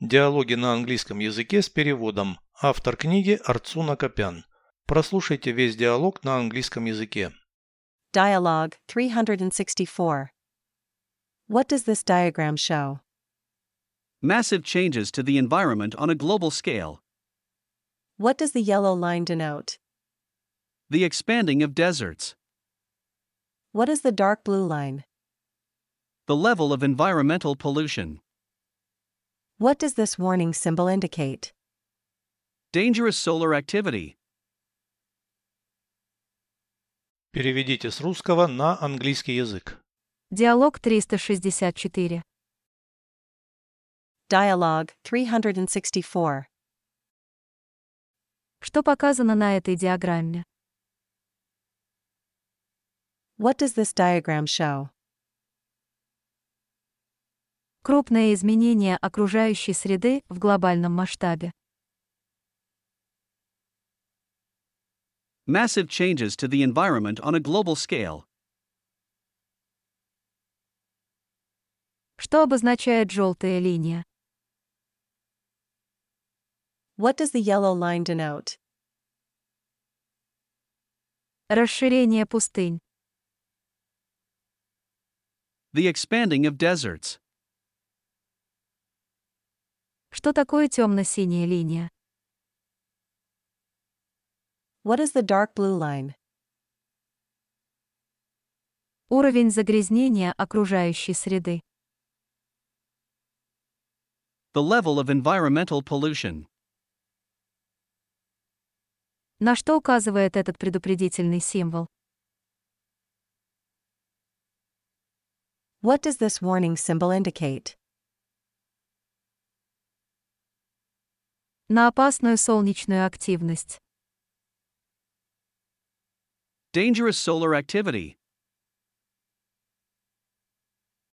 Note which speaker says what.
Speaker 1: Диалоги на английском языке с переводом. Автор книги Арцуна Копян. Прослушайте весь диалог на английском языке.
Speaker 2: Dialogue 364. What does this diagram show?
Speaker 3: Massive changes to the environment on a global scale.
Speaker 2: What does the yellow line denote?
Speaker 3: The expanding of deserts.
Speaker 2: What is the dark blue line?
Speaker 3: The level of environmental pollution.
Speaker 2: What does this warning symbol indicate?
Speaker 3: Dangerous solar activity.
Speaker 1: Переведите с русского на английский язык.
Speaker 4: Диалог 364.
Speaker 2: Dialogue 364.
Speaker 4: Что показано на этой диаграмме?
Speaker 2: What does this diagram show?
Speaker 4: Крупное изменение окружающей среды в глобальном масштабе.
Speaker 3: Massive changes to the environment on a global scale.
Speaker 4: Что обозначает желтая линия?
Speaker 2: What does the yellow line denote?
Speaker 4: Расширение пустынь.
Speaker 3: The expanding of deserts.
Speaker 4: Что такое темно-синяя линия?
Speaker 2: What is the dark blue line?
Speaker 4: Уровень загрязнения окружающей среды.
Speaker 3: The level of environmental pollution.
Speaker 4: На что указывает этот предупредительный символ?
Speaker 2: What does this warning symbol indicate?
Speaker 4: На опасную солнечную активность.
Speaker 3: Dangerous solar activity.